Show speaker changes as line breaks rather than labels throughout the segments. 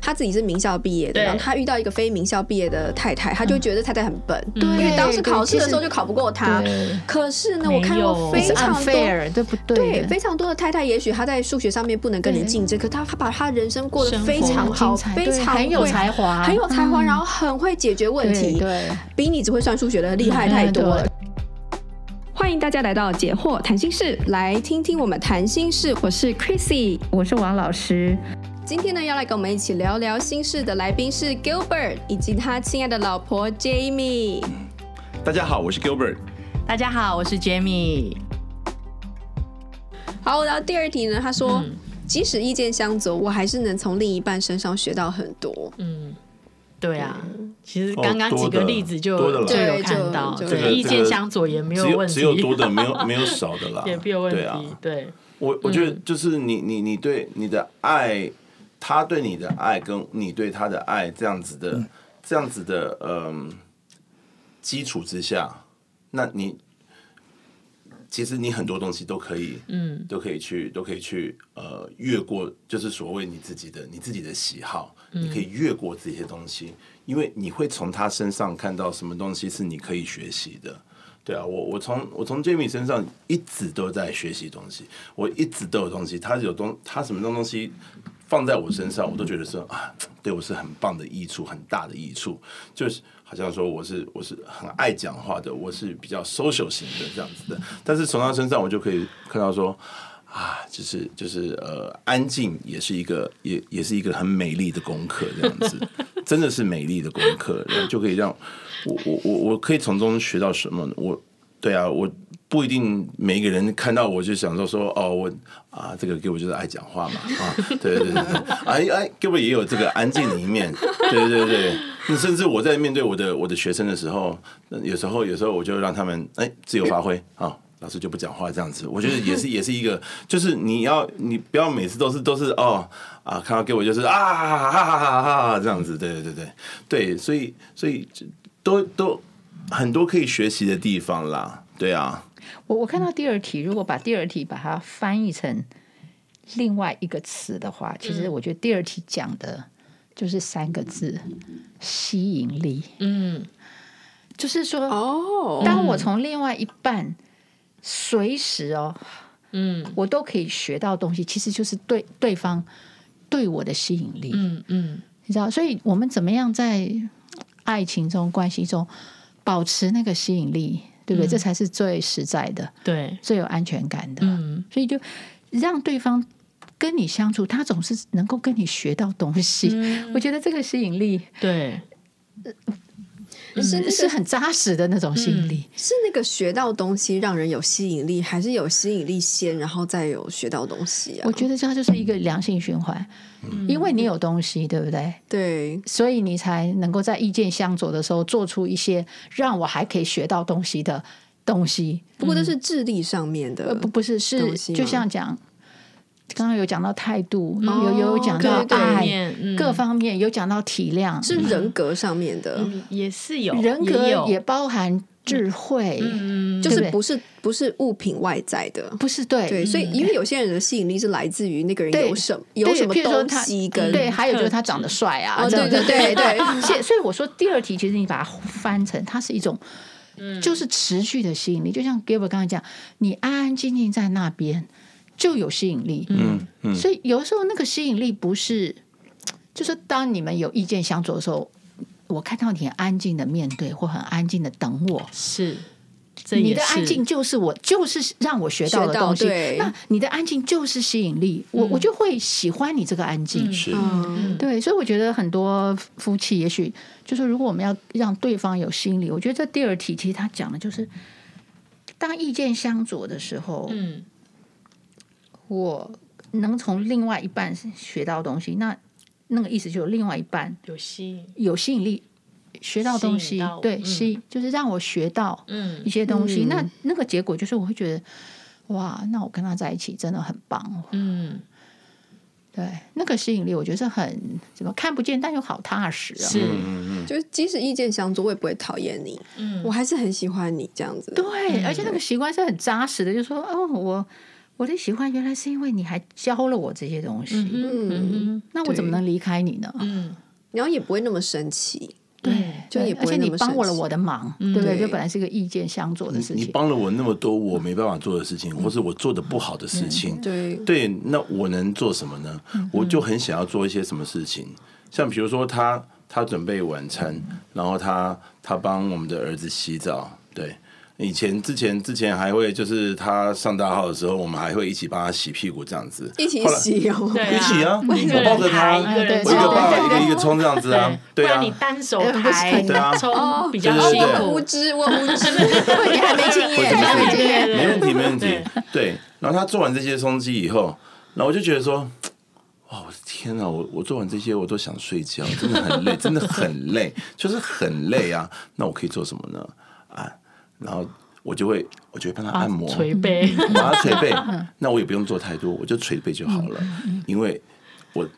他自己是名校毕业的，
对
然后他遇到一个非名校毕业的太太，他就觉得太太很笨，
嗯
因为
对
当时
对
考试
其
的时候
实
就考不过他。
对
可是呢，
没
我看过
有
非
It's
常多
unfair，对不对？
对，非常多的太太，也许她在数学上面不能跟你
对
竞争，可她她把她人生过得
生
非
活
常
很
好，
精彩
非
对
常
很有
会
才华
很有才华，
嗯
然后很会解决问题，
对，
比你只会算数学的厉害太多了
嗯。
欢迎大家来到解惑谈心室，来听听我们谈心事。我是 Chrissy，
我是王老师，
今天呢要来跟我们一起聊聊心事的来宾是 Gilbert 以及他亲爱的老婆 Jamie。
大家好，我是 Gilbert。
大家好，我是 Jamie。
好，然后第二题呢，他说。
嗯
即使意见相左，我还是能从另一半身上学到很多。
嗯，对啊，其实
哦
刚刚几
多
个
的
例子就
哦多的啦
就有
对
看
就
到，
就
这个
对，意
这
见
个
相左也没
只有
问题，，
只有多的，没有没 有少的 啦
也没有问
对啊，
题，嗯对，
我我觉得就是你你你对你的爱，他对你的爱跟你对他的爱这样子
嗯
的这样子的嗯基础之下，那你其实你很多东西都可以
嗯，
都可以去都可以去呃越过，就是所谓你自己的你自己的喜好，
嗯
你可以越过这些东西，因为你会从他身上看到什么东西是你可以学习的。对啊，我我从我从 Jamie 身上一直都在学习东西，我一直都有东西，他有东他什么东西放在我身上，我都觉得说啊，对我是很棒的益处，很大的益处，就是好像说我是我是很爱讲话的，我是比较 social 型的这样子的，但是从他身上我就可以看到说。啊，就是就是呃，安静也是一个也也是一个很美丽的功课，这样子，真的是美丽的功课，然后就可以让我我我我可以从中学到什么呢？我对啊，我不一定每一个人看到我就想说说哦，我啊，这个给我就是爱讲话嘛啊，对对对对，哎哎，给我也有这个安静的一面，对对对。那甚至我在面对我的我的学生的时候，那有时候有时候我就让他们哎自由发挥啊。老师就不讲话这样子，我觉得 也是也是一个，就是你要你不要每次都是都是哦啊，看到给我就是啊哈哈哈哈哈哈这样子，对对对对对，所以所以就都都很多可以学习的地方啦，对啊，
我我看到第二题，如果把第二题把它翻译成另外一个词的
嗯
话，其实我觉得第二题讲的就是三个字：吸引力。
嗯，
就是说，
哦
当我从另外一半随时哦，
嗯，
我都可以学到东西，其实就是对对方对我的吸引力。
嗯嗯
你知道，所以我们怎么样在爱情中、关系中保持那个吸引力，对不
嗯
对？这才是最实在的、
对，
最有安全感的。
嗯
所以就让对方跟你相处，他总是能够跟你学到东西。
嗯
我觉得这个吸引力
对，
是那个
是很扎实的那种吸引力。
是那个学到东西让人有吸引力，还是有吸引力先，然后再有学到东西啊？
我觉得这就是一个良性循环，
嗯
因为你有东西，对不对？
对，
所以你才能够在意见相左的时候做出一些让我还可以学到东西的东西。
不过这是智力上面的，
嗯呃，不，不是，是
东西吗
就像讲，刚刚有讲到态度，
哦
有有有讲到
对
爱，
面嗯
各方面有讲到体谅，
是人格上面的，
嗯也是有
人格
也有
也包含智慧，
嗯
就
对
是
不对
不是不是物品外在的。
不是对
对，所以因为有些人的吸引力是来自于那个人
对
有什么
对
有什么
譬如说
东
他
西跟
对，还有就是他长得帅啊，
哦
这种
对对对对
所以所以我说第二题，其实你把它翻成，它是一种，
嗯
就是持续的吸引力，就像 Gilbert 刚才讲，你安安静静在那边就有吸引力，
嗯嗯，
所以有时候那个吸引力不是，就是当你们有意见相左的时候。我看到你很安静的面对，或很安静的等我，
是，这
你
也
的
是
安静就是我，就是让我学到的
学到
东西
对。
那你的安静就是吸引力，
嗯
我我就会喜欢你这个安静。
是
嗯
对，所以我觉得很多夫妻也许就是，如果我们要让对方有心理，我觉得这第二题其实他讲的就是，当意见相左的时候，
嗯
我能从另外一半学到东西，那那个意思就是另外一半
有吸引，
有吸引力，学到东
吸
西
引到，
对，
嗯
吸、就是让我学到
嗯
一些东西。
嗯
那那个结果就是我会觉得，哇，那我跟他在一起真的很棒哦。
嗯
对，那个吸引力我觉得是很怎么看不见，但又好踏实啊。
是
嗯
就是即使意见相左，我也不会讨厌你，
嗯
我还是很喜欢你这样子。
对，而且那个习惯是很扎实的，就说哦，我我的喜欢原来是因为你还教了我这些东西，
嗯
那我怎么对能离开你呢？
嗯
然后也不会那么生气，
对，
就也不
而
会
且
那
你
么
帮
生
我了
气
我的忙，对不对？
对
就本来是一个意见相左的事
嗯你
情，
帮了我那么多我没办法做的事
嗯
情，或是我做的不好的事情，
对，
对，那我能做什么呢？我就很想要做一些什么事情，像比如说他他准备晚餐，然后他他帮我们的儿子洗澡，对。以前之前之前还会就是他上大号的时候，我们还会一起帮他洗屁股这样子，
一起
后来
洗 哦，
对啊
一起啊，
一个
我
人
抱着他，
抬
我
一个人
对
一
冲
个抱一
对
个一个冲这样子啊，
对，
对
不
啊
然你，单手
哎不
抬
行
对啊
冲比较
对对
辛
对
我
苦
无，知，哦 我无知，你还没经验，
我
你还没
对
经验。
对对
没问题没问题
对，
对。然后他做完这些冲击以后，然后我就觉得说，哇，我的天啊，我我做完这些我都想睡觉，真的 很累，真的很累，就是很累啊。那我可以做什么呢？啊，然后我就会我就会帮他按摩，
捶 背，
我帮他捶背，那我也不用做太多，我就捶背就好了，因为我。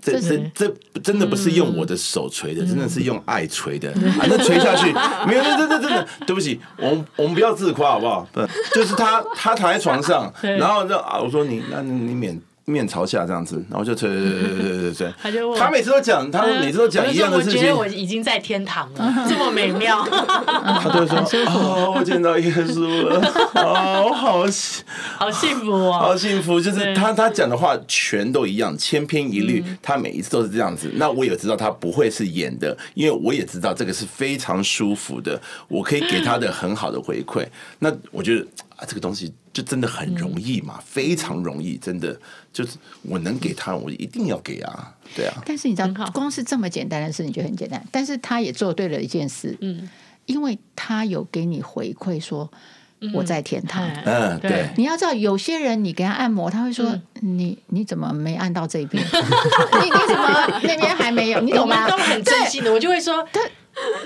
这
这
这这真的不是用我的手捶
嗯
的，真的是用爱捶的。啊，那捶下去，没有，真的真的，对不起，我们我们不要自夸好不好？不就 是他他躺在床上，
对
然后就啊，我说你那你你面面朝下这样子，然后就捶捶捶捶捶捶捶。
他就问嗯
他每次都讲，他每次都讲一样的事
我就
情
说我觉得我，已经在天堂 了，这么美妙，
他都会说啊，我见到耶稣了，啊，我好喜。
好幸福哦
好。幸福，就是
对
他他讲的话全都一样，千篇一律，他每一次都是这样子。那我也知道他不会是演的，因为我也知道这个是非常舒服的，我可以给他的很好的回馈。那我觉得啊，这个东西就真的很容易嘛，非常容易，真的就是我能给他，我一定要给啊，对啊，
但是你知道
很好，
光是这么简单的事，你觉得很简单，但是他也做对了一件事，嗯，因为他有给你回馈说我在天堂。
嗯哎
嗯，对。
你要知道，有些人你给他按摩，他会
嗯
说、你你怎么没按到这 边？你你怎么那边还没有？你
我
懂
们
吗？
都很
对
正经的，我就会说，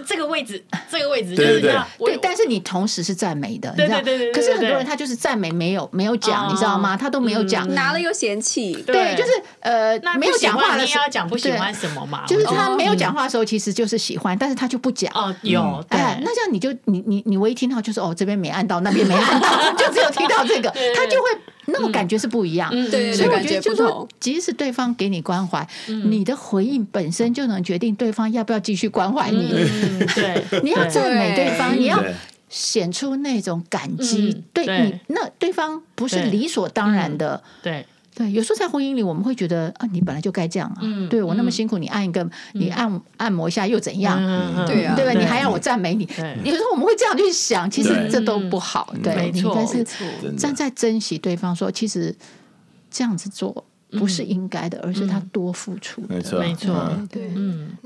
这个位置，这个位置，就
对
是
对
这样。我
对，但是你同时是赞美的，你
对
知道？
对对对对
可是很多
对
人他就是赞美没有没有讲，
哦
你知道吗？他都没有讲。
拿了又嫌弃，
对，就是呃
那，不
没有
喜
讲
欢
话
你
的
也
时候
要，哦讲不喜欢什么嘛，
就是
我觉得
他没有讲话的时候，其实就是喜欢，但是他就不讲。
哦，有
嗯
对
哎，那这样你就你你你唯一听到就是哦，这边没按到，那边没按到， 就只有听到这个，他就会那种感觉是不一样。
嗯
对对
所以
对，
我
感
觉
觉
得就
不
是说
同，，
即使对方给你关怀，
嗯
你的回应本身就能决定对方要不要继续关怀
嗯
你。
对，
你要
对
赞美对方，
对
你要
对
显出那种感激
嗯，
对
对嗯
你那对方不是
对
理所当然的。
对
对，有时候在婚姻里，我们会觉得啊，你本来就该这样啊。
嗯
对我那
嗯
么辛苦，你按一个，你按按摩一下又怎样？
嗯
对啊
对吧？你还要我赞美你
对，嗯
有时候我们会这样去想，其实
对
这都不好，对，
没
你
错
应该是
真的
站在珍惜对方说，其实这样子做不是应该的，而是他多付出的，
没错，
没错
嗯
对，
嗯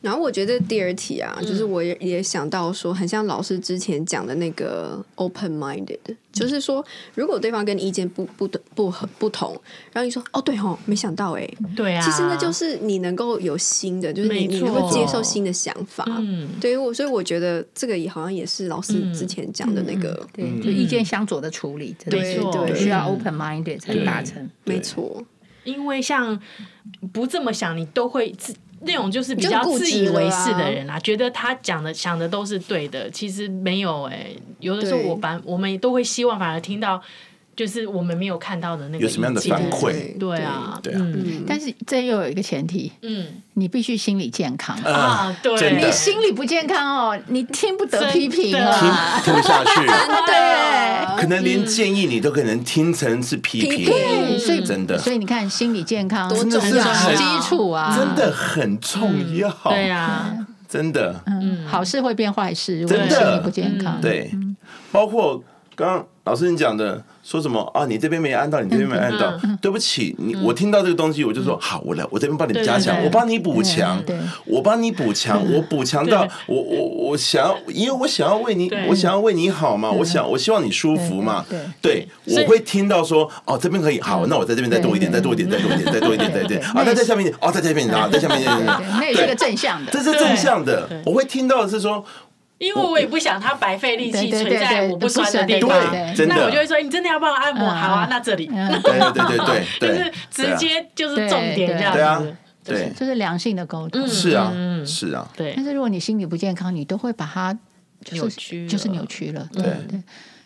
然后我觉得第二题啊，就是我也也想到说，很像老师之前讲的那个 open minded，就是说，如果对方跟你意见不不不合不同，然后你说哦对哦，没想到哎、
对啊，
其实那就是你能够有新的，就是你
没
你
错
能够接受新的想法。
嗯
对，我所以我觉得这个也好像也是老师之前讲的那个，
嗯
对，就意见相左的处理，真的
没
是
错
对对
需要 open minded 才能达成。
没错，
因为像不这么想，你都会自那种就是比
就
较
固
自
执
以
了
为
啊
是的人啊，觉得他讲的想的都是对的，其实没有哎、有的时候
对
我反我们都会希望反而听到，就是我们没有看到的那个
有什么样的
意见
反
对
馈
对啊，
对啊
嗯
但是这又有一个前提，
嗯
你必须心理健康。
嗯
啊，
呃真
对
的
你，心理不健康哦，你听不得
真
批评
的
听
啊。
听不下去，
嗯啊
对
可能连建议你都可能听成是批
批
评，
评
对，所
嗯
以
真的
所以你看心理健康
多
很
重
要啊
很基础啊，
真的很重要，
对啊，
真的，
嗯，好事会变坏事，如果
真
你
的
心理不健康，
嗯
对，包括刚刚老师你讲的，说什么啊，你这边没按到，你这边没按到，对不起，你我听到这个东西，我就说好，我来，我这边帮你加强，
对对对
我帮你补强
对对，
我帮你补强，我补强到我我我想要，因为我想要为你
对，
我想要为你好嘛，我想我希望你舒服嘛
对，
对，
所以
我会听到说哦，这边可以，好，那我在这边再多一点，再
对
多一点，再多一点，再多一点，再多一点，啊，
那
再
也
在下面一点，哦，在下面一点，啊，在下面一 点，
对，那也是个正向
这
的。
是正向的
对对。
我会听到的 是说，
因为我也不想他白费力气
对对
存在
对
我
对
酸的地
对
方，
对，真
那我
的
就，会说你真的要帮我按摩，
嗯
好啊，
嗯
那这里
嗯，
对对对对对，啊
就
对
是直，接就是
对
重点这样
对啊
子，
对啊
就是良性的沟通
嗯。
对，是啊
嗯，
是啊，
对
但是如果你心理不健康，你都会把它就
扭
是
曲了
就是扭曲了。
对
对，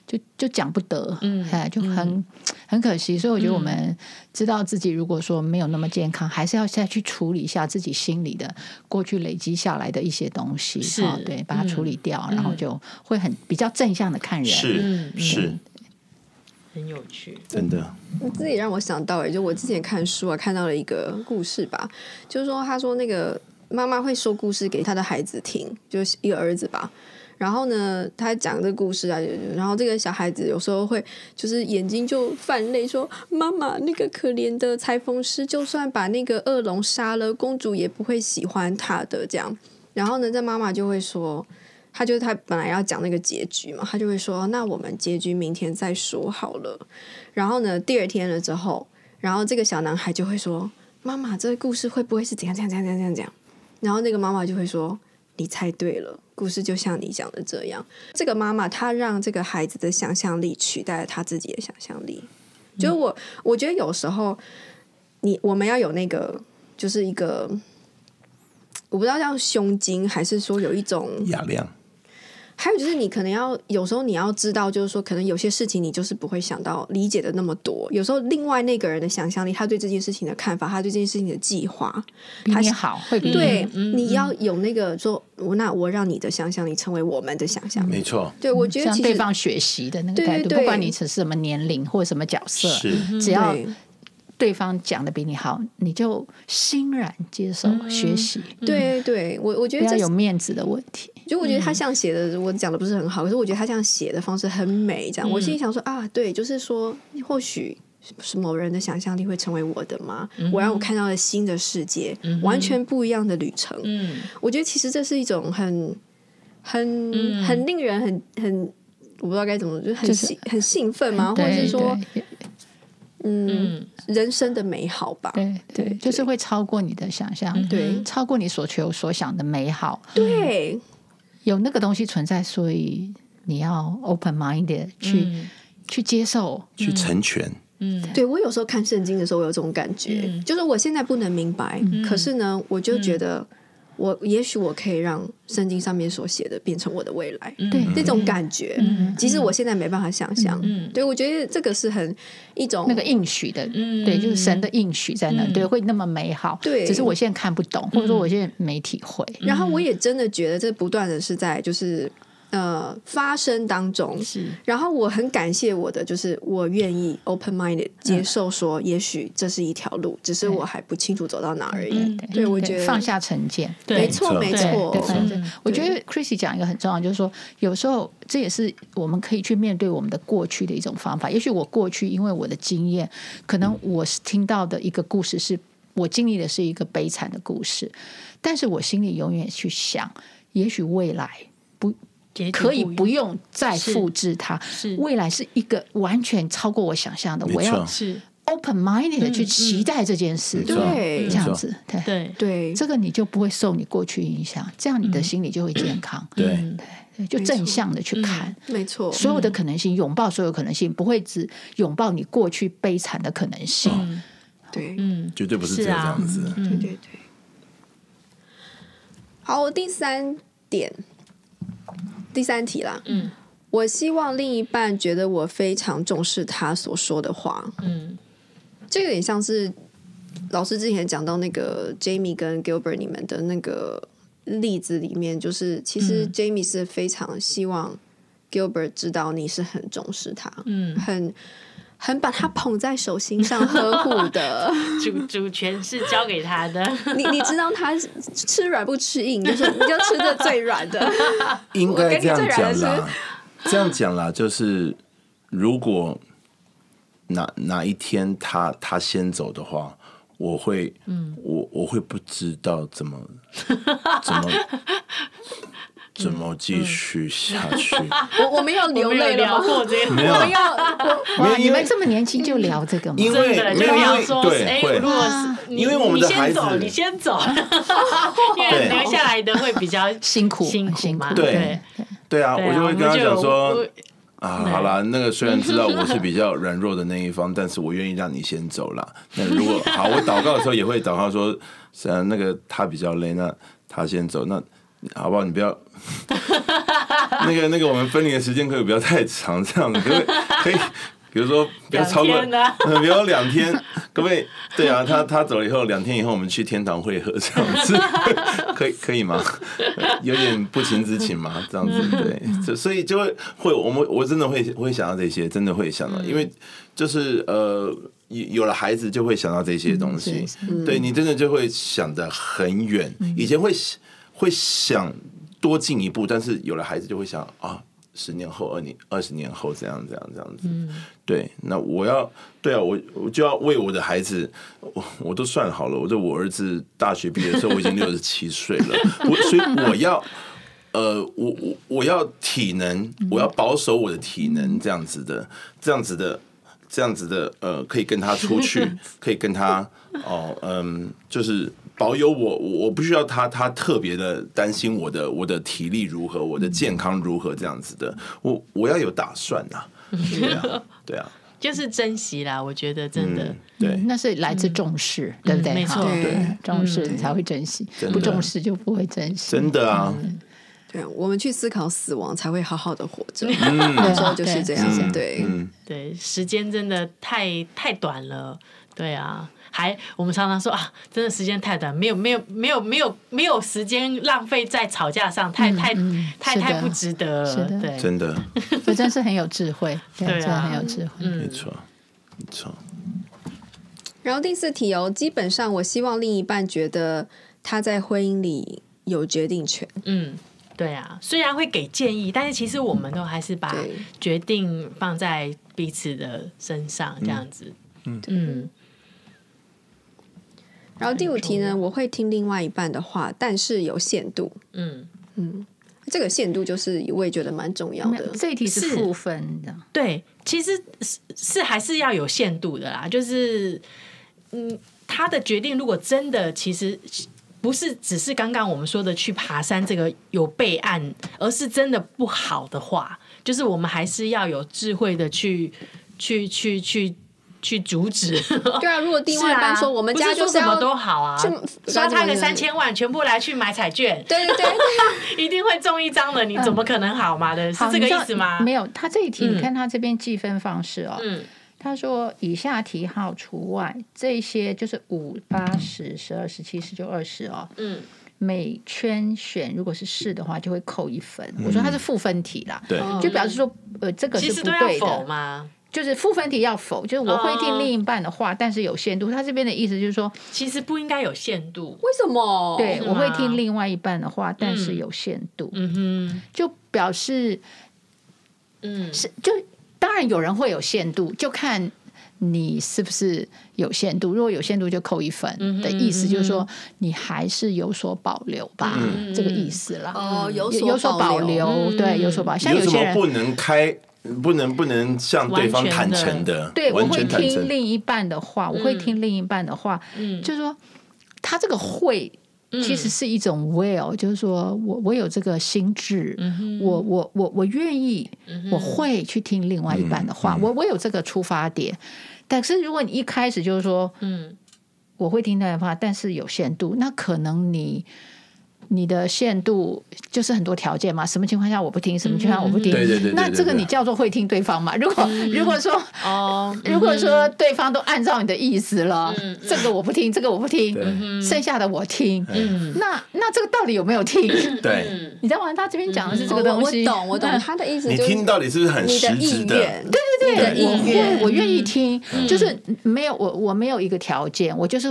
就就讲不得，嗯，哎，就很、很可惜。所以我觉得我们知道自己如果说没有那么健康，还是要再去处理一下自己心里的过去累积下来的一些东西，
是
哦对，把它处理掉，然后就会很比较正向的看人。
嗯
是是，
很有趣。
真的，
自己让我想到、欸，就我之前看书啊，看到了一个故事吧，就是说，他说那个妈妈会说故事给他的孩子听，就是一个儿子吧。然后呢，他讲这个故事啊，就就然后这个小孩子有时候会就是眼睛就泛泪，说：“妈妈，那个可怜的裁缝师，就算把那个恶龙杀了，公主也不会喜欢他的。”这样，然后呢，这妈妈就会说：“他就他本来要讲那个结局嘛，他就会说：‘那我们结局明天再说好了。’然后呢，第二天了之后，然后这个小男孩就会说：“妈妈，这个故事会不会是怎样怎样怎样怎样怎样？”然后那个妈妈就会说：“你猜对了，故事就像你讲的这样。”这个妈妈她让这个孩子的想象力取代了他自己的想象力。就是我，我觉得有时候你我们要有那个，就是一个，我不知道叫胸襟，还是说有一种
雅亮，
还有就是，你可能要有时候你要知道，就是说，可能有些事情你就是不会想到理解的那么多。有时候，另外那个人的想象力，他对这件事情的看法，他对这件事情的计划，
比
还
你
是
好，嗯会比你好
对，你要有那个说，那我让你的想象力成为我们的想象力。
没错，
对，我觉得
向
其
对
实
方学习的那个
对
态度，
对
不管你是什么年龄或者什么角色，
是
只要嗯
对
对方讲的比你好，你就欣然接受、学习，
对对，我嗯我觉
不
得
要
这
有面子的问题。
就我觉得他像写的，我讲的不是很好，可是我觉得他这样写的方式很美。这样，我心里想说啊，对，就是说，或许是某人的想象力会成为我的吗？我让我看到了新的世界，完全不一样的旅程。
嗯，
我觉得其实这是一种很、很、
嗯
很令人很、很，我不知道该怎么，就是很、
就是
兴很兴奋吗？或者
对
是说，啊
对
嗯，
嗯，
人生的美好吧？
对对，
对嗯
就是会超过你的想象，
对
超过你所求所想的美好。
对，
有那个东西存在，所以你要 open minded 去、
嗯
去接受。
去成全，
嗯
对我有时候看圣经的时候，我有这种感觉，
嗯
就是我现在不能明白，可是呢，我就觉得我也许我可以让圣经上面所写的变成我的未来，
对
那种感觉，即使我现在没办法想象，
嗯
对我觉得这个是很一种
那个应许的，
嗯
对，就是神的应许在那，
嗯
对，会那么美好。
对嗯
只是我现在看不懂，或者说我现在没体会。
然后我也真的觉得这不断的是在就是呃发生当中。
是
然后我很感谢我的，就是我愿意 open minded 接受说，也许这是一条路，只是我还不清楚走到哪而已。
对
对，我觉得
放下成见，
对
没错，没
没
对
错
对，，反正
嗯
我觉得 Chrissy 讲一个很重要，就是说有时候这也是我们可以去面对我们的过去的一种方法。也许我过去因为我的经验，可能我是听到的一个故事是我经历的是一个悲惨的故事，但是我心里永远去想，也许未来不
结局
可以
一
不用再
是
复制它。
是
未来是一个完全超过我想象的，
没
我要
错，
是
open minded 的去
嗯
期待这件事，
没错
对
没
这样
错
子，对
对
对，
这个你就不会受你过去影响，这样你的心理就会健康。
嗯
对，
对，就正向的去看。
没错，
所有的可能性，拥抱所有可能性，不会只拥抱你过去悲惨的可能性。
对，
嗯
绝对不是只有
是
这
啊
样子，
对对对。好，我第三点，第三题啦。
嗯，
我希望另一半觉得我非常重视他所说的话。
嗯
这有点像是老师之前讲到那个 Jamie 跟 Gilbert 你们的那个例子里面，就是其
嗯
实 Jamie 是非常希望 Gilbert 知道你是很重视他，
嗯，
很很把他捧在手心上呵护的。
主主权是交给他的，
你你知道他是吃软不吃硬，就是你就吃这最软的。
应该这样
我跟你最
讲
然
啦， 这样讲啦，就是如果哪哪一天他他先走的话，我会，嗯，我我会不知道怎么怎么怎么继续下去，
我我们要流
我们有
泪了
聊
吗？
过这个，
没有
我，们要
没有
哇，你
因
们
为
这么年轻就聊这个吗？
因为
真的就
没有因
聊
为
说，哎，
对
如
会。
果是
因为我们的
你
孩
先
子
走，你先 走，因为
对
留下来的会比较
辛苦，
辛苦
辛苦嗯
嘛，。
对
对
对啊，
对啊
我就会跟他讲
我
说
们就
啊，
对
好啦，那个虽然知道我是比较软弱的那一方，但是我愿意让你先走啦。那 如果好，我祷告的时候也会祷告说，呃虽 然那个他比较累，那他先走，那好不好？你不要，那个那个，我们分离的时间可以不要太长，这样子可不可以？可以比如说不要超过，
两天啊
不要两天，可不可以？对啊，他他走了以后，两天以后我们去天堂会合，这样子可以可以吗？有点不情之请嘛，这样子对，就所以就会会我们我真的会会想到这些，真的会想到，因为就是呃。有有了孩子就会想到这些东西，对你真的就会想得很远。以前会会想多进一步，但是有了孩子就会想啊，十年后、二年、二十年后这样这样这样子。对，那我要对啊，我我就要为我的孩子，我我都算好了，我对我儿子大学毕业的时候，我已经六十七岁了，我所以我要。呃，我我我要体能，我要保守我的体能，这样子的，这样子的，这样子的，呃，可以跟他出去，可以跟他哦，嗯，就是保有我，我我不需要他，他特别的担心我的我的体力如何，我的健康如何这样子的，我我要有打算呐、对啊，对啊，
就是珍惜啦，我觉得真的
嗯，，对，
那是来自重视，对不对？
没错
哈
对
对重视你才会珍惜，
真的
不重视就不会珍惜。
真的啊，
对啊，我们去思考死亡，才会好好的活着。
对
有时候就是这样
对是，
嗯对，
嗯，
对，时间真的太太短了，对啊。还我们常常说啊，真的时间太短，没有没有没有没有没有时间浪费在吵架上，太太
嗯
太
是的
太不值得
是
了，
的
对，
真的，
这真是很有智慧，对，
对啊
真的很有智慧。
没错，没错，
然后第四题哦，基本上我希望另一半觉得他在婚姻里有决定权。
嗯，对啊。虽然会给建议，但是其实我们都还是把
嗯
对
决定放在彼此的身上，这样子，嗯嗯
然后第五题
很
呢，
重
我会听另外一半的话，但是有限度。
嗯，
这个限度就是我也觉得蛮重要
没
的
有。这一题是
是
负分的，
对，其实是是还是要有限度的啦，就是嗯，他的决定如果真的其实。不是只是刚刚我们说的去爬山这个有备案，而是真的不好的话，就是我们还是要有智慧的去去去去去阻止。
对啊，如果另外一
是啊
半说我们家
不
就是是
说什
要
么都好啊
就，
刷他个三，千万，全部来去买彩券，
对对对，
一定会中一张的，你怎么可能好嘛的？是
好
这个
你知道
意思吗？
没有，他这一题，
嗯
你看他这边计分方式哦，
嗯
他说以下题号除外，这些就是五、八、十、十二、十七、十九、二十哦，
嗯，
每圈选如果是是的话，就会扣一分。我说它是负分题啦，
对，
就表示说呃这个
其
是
实
不
都要
对
否哦
的，
嘛。
就是负分题要否，就是我会听另一半的话，但是有限度。他这边的意思就是说，
其实不应该有限度。
为什么？
对
哦是
我会
吗
听另外一半的话，但是有限度，
嗯
就表示
哼，嗯，
是就当然有人会有限度，就看你是不是有限度。如果有限度就扣一分
嗯哼
的意思，就是说你还是有所保留吧，
嗯
这个意思啦。
哦，有
有有所保留，
嗯
对，有所保留。像
有什
些
么
人，
不能开，不能不能向对方坦诚的，
对我
完
会
全坦
听
诚，
另一半的话，我会听另一半的话，就是说他这个会。其实是一种 will，、就是说我我有这个心智，我我我我愿意，我会去听另外一半的话，
嗯
我我有这个出发点。但是如果你一开始就是说，
嗯，
我会听他的话，但是有限度，那可能你你的限度就是很多条件嘛，什么情况下我不听，什么情况下我不听，
嗯对对对对
那
对
这个
对
你叫做会听对方嘛？如果、如果说
哦，
如果说对方都按照你的意思了，
嗯
这个我不听，这个我不听，
对
剩下的我听，
嗯
那那这个到底有没有听？
对。
你知道吗？他这边讲的是
嗯
这
我
个东
哦我
西，
懂，我懂他的意思，
你
就是
听到底是不是很
你的
实质
意
的？
愿，对对你
对
的意愿嗯
我，我愿意听，
嗯
就是没有我我没有一个条件，我就是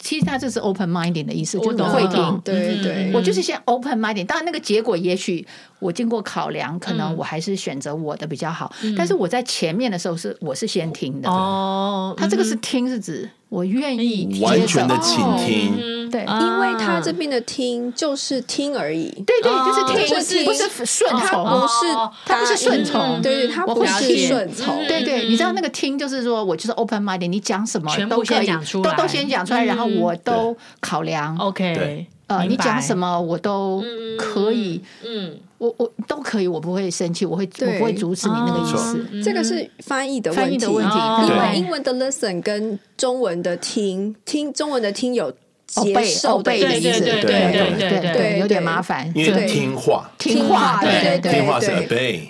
其实他这是 open minded 的意思，就是
懂
我会
我懂嗯
听，
对对，
我就是先 open minded，当然那个结果也许我经过考量，可
嗯
能我还是选择我的比较好。但是我在前面的时候是我是先听的，
哦，
他这个是听是指我愿意接受哦
完全的倾听，
嗯
对
因为
啊
他这边的听就是听而已，
对对，
哦
就是听，
就是听
不是顺
他
从，
不是
哦
他不是
答
顺
应
从
对对，他
我嗯
不
会
是嗯
听
顺从，
对对，你知道那个听就是说我就是 open minded，你讲什么
全部
都可
先
以，
讲出
都
来
都先讲出来，然后我都考量。
OK，
对
呃，你
明白
讲什？么我都可以，
嗯，
我我都可以，我不会生气，我会我
对
不会阻止你那个意思。
哦
嗯
这个是翻译的
翻译
题，
的问题
哦
因为
对
英文的 listen 跟中文的听听中文的听有接受的
哦背
意思，
的意思，
对对
对
对
对对
对
有点麻烦，
因为
对
听话，哎
听话，
对对
对对
听话是
对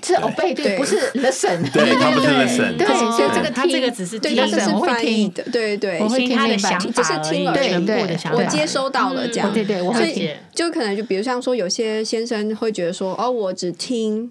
obey，
是 obey，对，
对
不是 listen，
对他不是 listen
对，
哦
所以这个
他这个
听
只是
对，
听
它
他
这是
我会
翻译
听，
的，对对，
我会
听他的想
只
法
是
而
听
已，
而已
全部
对
的想法
我
而已。
接收到了
嗯
这样，
我
哦对对我
所
会
以
听
就可能就比如像说，有些先生会觉得说，哦，我只听，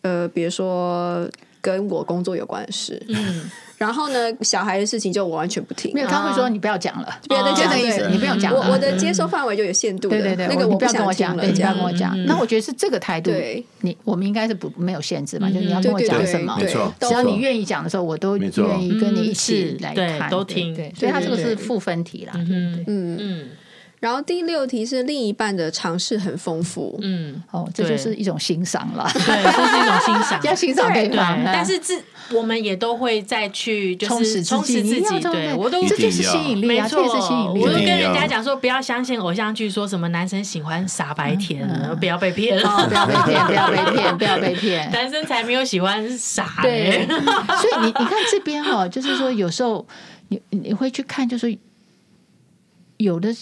呃，比如说跟我工作有关的事，
嗯，
然后呢，小孩的事情就我完全不听
没，有，他会说
啊
你不要讲了，
不要再
就
讲
这个意思，
对
你不用讲
我我
了。
的接收范围就有限度的，
对对对，
那个
你
我
不要跟
想
我
听
讲，
了，
对，你
这
不要
样
跟我讲。那我觉得是这个态度
对，
你我们应该是不没有限制嘛，就是你要
嗯
跟我
对
讲
对
什么
对，
没错
对
只要
没错
你愿意讲的时候，我都
没错
愿意跟你
嗯
一起
是
来
对
看，
都
对
听
对，所以它这个
对对
是
对
赋分题啦。
嗯
对
嗯，
嗯
然后第六题是另一半的尝试很丰富，
嗯，
哦，这
对
就是一种欣赏了，
对，这是一种欣赏，
要欣赏对
对，
方。
但是自我们也都会再去就是
充实
充
己，
实
你
自
要
己，
充
对
实
我都
一
这
定
就是
要
吸引力
没
啊，这
错，
也是吸引力
我
啊
就。跟
一定要
人家讲说，不要相信偶像剧，说什么男生喜欢傻白甜，不要被骗
哦
了，
不要被骗，不要被骗，不要被骗。
男生才没有喜欢傻、
对
欸。，
所以你你看这边哦，就是说有时候你你会去看，就是有的，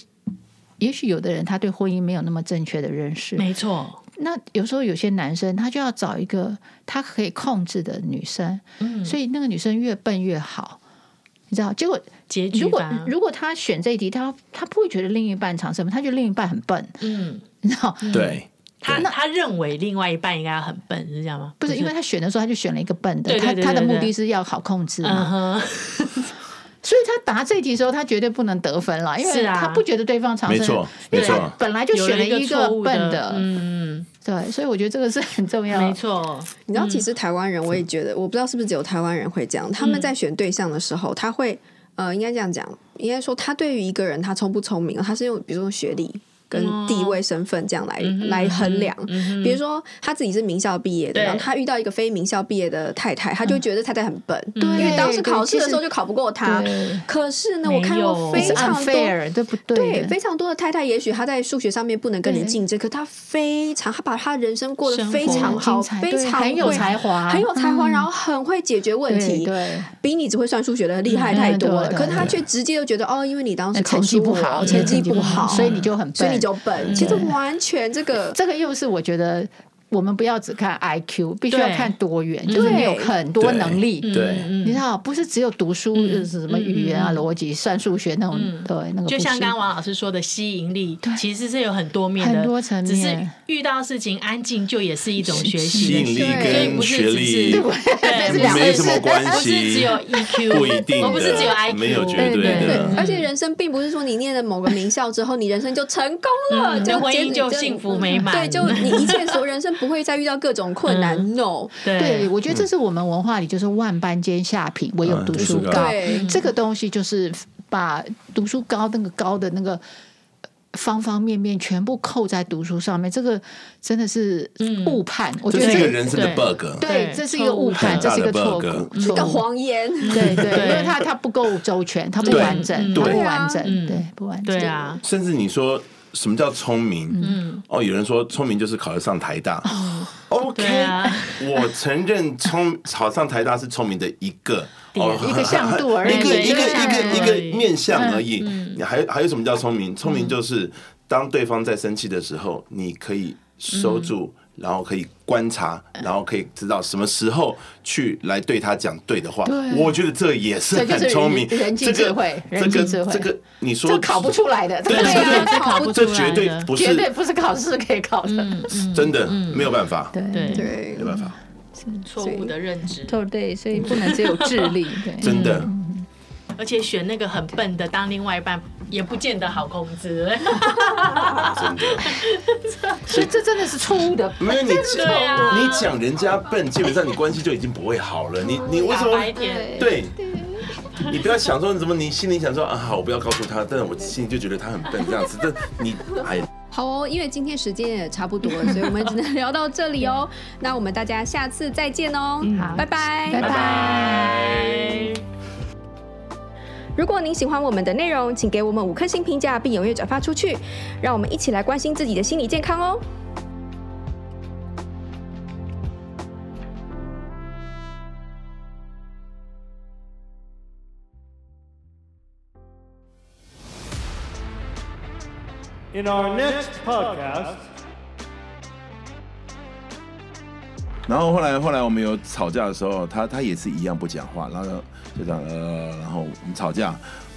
也许有的人他对婚姻没有那么正确的认识。
没错，
那有时候有些男生他就要找一个他可以控制的女生，
嗯，
所以那个女生越笨越好，你知道？结果
结局
如果
吧，
如果他选这一题，他他不会觉得另一半长什么，他觉得另一半很笨，
嗯，
你知道？
对，
他他认为另外一半应该很笨，是这样吗？
不是因为他选的时候，他就选了一个笨的，
对对
他
对
他的
对
目
对
的是要好控制嘛
嗯。哼，
所以他答这题的时候，他绝对不能得分了，因为
是啊
他不觉得对方长
没
生，
错，没
因为他
错，
本来就选了
有
一
错误
笨
的，嗯，
对，所以我觉得这个是很重要。
没，错，
你知道，其
嗯
实台湾人我也觉得，我不知道是不是只有台湾人会这样。他们在选对象的时候，他会呃，应该这样讲，应该说他对于一个人他聪不聪明，他是用比如说学历。跟
哦
地位、身份这样来、
嗯
来衡量，比如说他自己是名校毕业的，
对嗯
然后他遇到一个非名校毕业的太太，他就会觉得太太很笨，
对
因为当时
对
考试的时候
其
就考不过他
对。
可是呢，我看
没有
过
实
非
是
常多
unfair，对不对
对，
的？
非常多的太太，也许她在数学上面不能跟你
对
竞争，可她非常，她把她人生过得
生
非
活
常
很
好，
精彩
非
对
常
很有
会
才华
很有才华，
嗯
然后很会解决问
对
题，
对，
比你只会算数学的厉害太多了。
嗯对对
可是她
对
却直接就觉得，哦，因为你当时
那
考
成绩
输
不
我
好，
成
对
绩不好，
所以你就很笨，
所以你就笨。其实完全这个
这个又是我觉得。我们不要只看 IQ，必须要
对
看多元，就是你有很多
对
能力，
对，
嗯
你知道，不是只有读书，就是什么语言啊、逻辑、算数学那种，对，那个不
嗯就像
是
刚刚王老师说的，吸引力其实是有很多面的，
很多层面
只是遇到事情安静就也是一种学
吸
习
引
对
的。所以
力跟
不
学
是只是
历
对，
这是两
没
回事
什么关
不是只
系
有，EQ，
不一定的，
我不是只有 IQ，
没有绝
对
对
对
的，，
而且人生并不是说你念了某个名校之后，你人生就成功了，
嗯
就
婚姻
结
就幸福美满
对，就你一切所有人生不会再遇到各种困难。No，
对，
对
我觉得这是我们文化里就是万般皆下品，唯有
嗯
读
读
书
书
高
高。
对
这个东西就是把读书高那个高的那个方方面面全部扣在读书上面，这个真的是误判。我觉
这
得
是一个
这
人生
对
的 bug。
对，
对
这是一个误判，这
错误
是一
很
个
大
错
的 bug
误，
是个
错误。
谎言。
对对，
对
因为它它不够周全，它不
对
完整，它
对
不完整，
嗯
对，不完整。
对啊，
甚至你说什么叫聪明？嗯，哦，有人说聪明就是考得上台大。OK，
哦
对啊
我承认聪考上台大是聪明的一个哦，
一个向度而已
一个
对
一
一
个
个向度
一
而
个
已
一个面向而已。
嗯
你还有还有什么叫聪明？聪明就是当对方在生气的时候，你可以收
嗯
住。然后可以观察，然后可以知道什么时候去来对他讲对的话。
对
我觉得这也是
这就是
很聪
人
明，
人际
这个
智慧
这
人际
个
智慧
这个你说
这考不出来的，这
对
个
对
对啊，
对
这考不出
这
来的
绝对不
绝对
是
不是考试可以考的。
真的，没有办法，
嗯对
对
没有办法，
错误的认知，
哦
对，所以不能只有智力，对。
真的。
嗯而且选那个很笨的当另外一半，也不见得好控制。
真的，
所以这真的是错误的。
因为你
对啊
你讲人家笨，基本上你关系就已经不会好了。你你为什
傻
么
嗯白？甜，
对，你不要想说你怎么，你心里想说啊，好，我不要告诉他，但是我心里就觉得他很笨这样子。但你哎，
好哦，因为今天时间也差不多了， 所以我们只能聊到这里 哦。那我们大家下次再见哦，
好
拜拜，
嗯拜
拜。
如果您喜欢我们的内容，请给我们五颗星评价，并踊跃转发出去，让我们一起来关心自己的心理健康哦。
In our next podcast,
然后后来后来我们有吵架的时候，他他也是一样不讲话，然后就这样呃，然后我们吵架。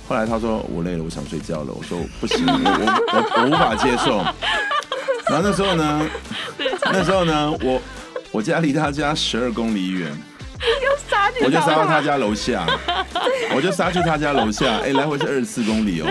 后来他说我累了，我想睡觉了。我说不行，我我我我无法接受。然后那时候呢，那时候呢，我我家离他家十二公里远，我就杀到他家楼下，我就杀去他家楼下，哎、来回是二十四公里哦。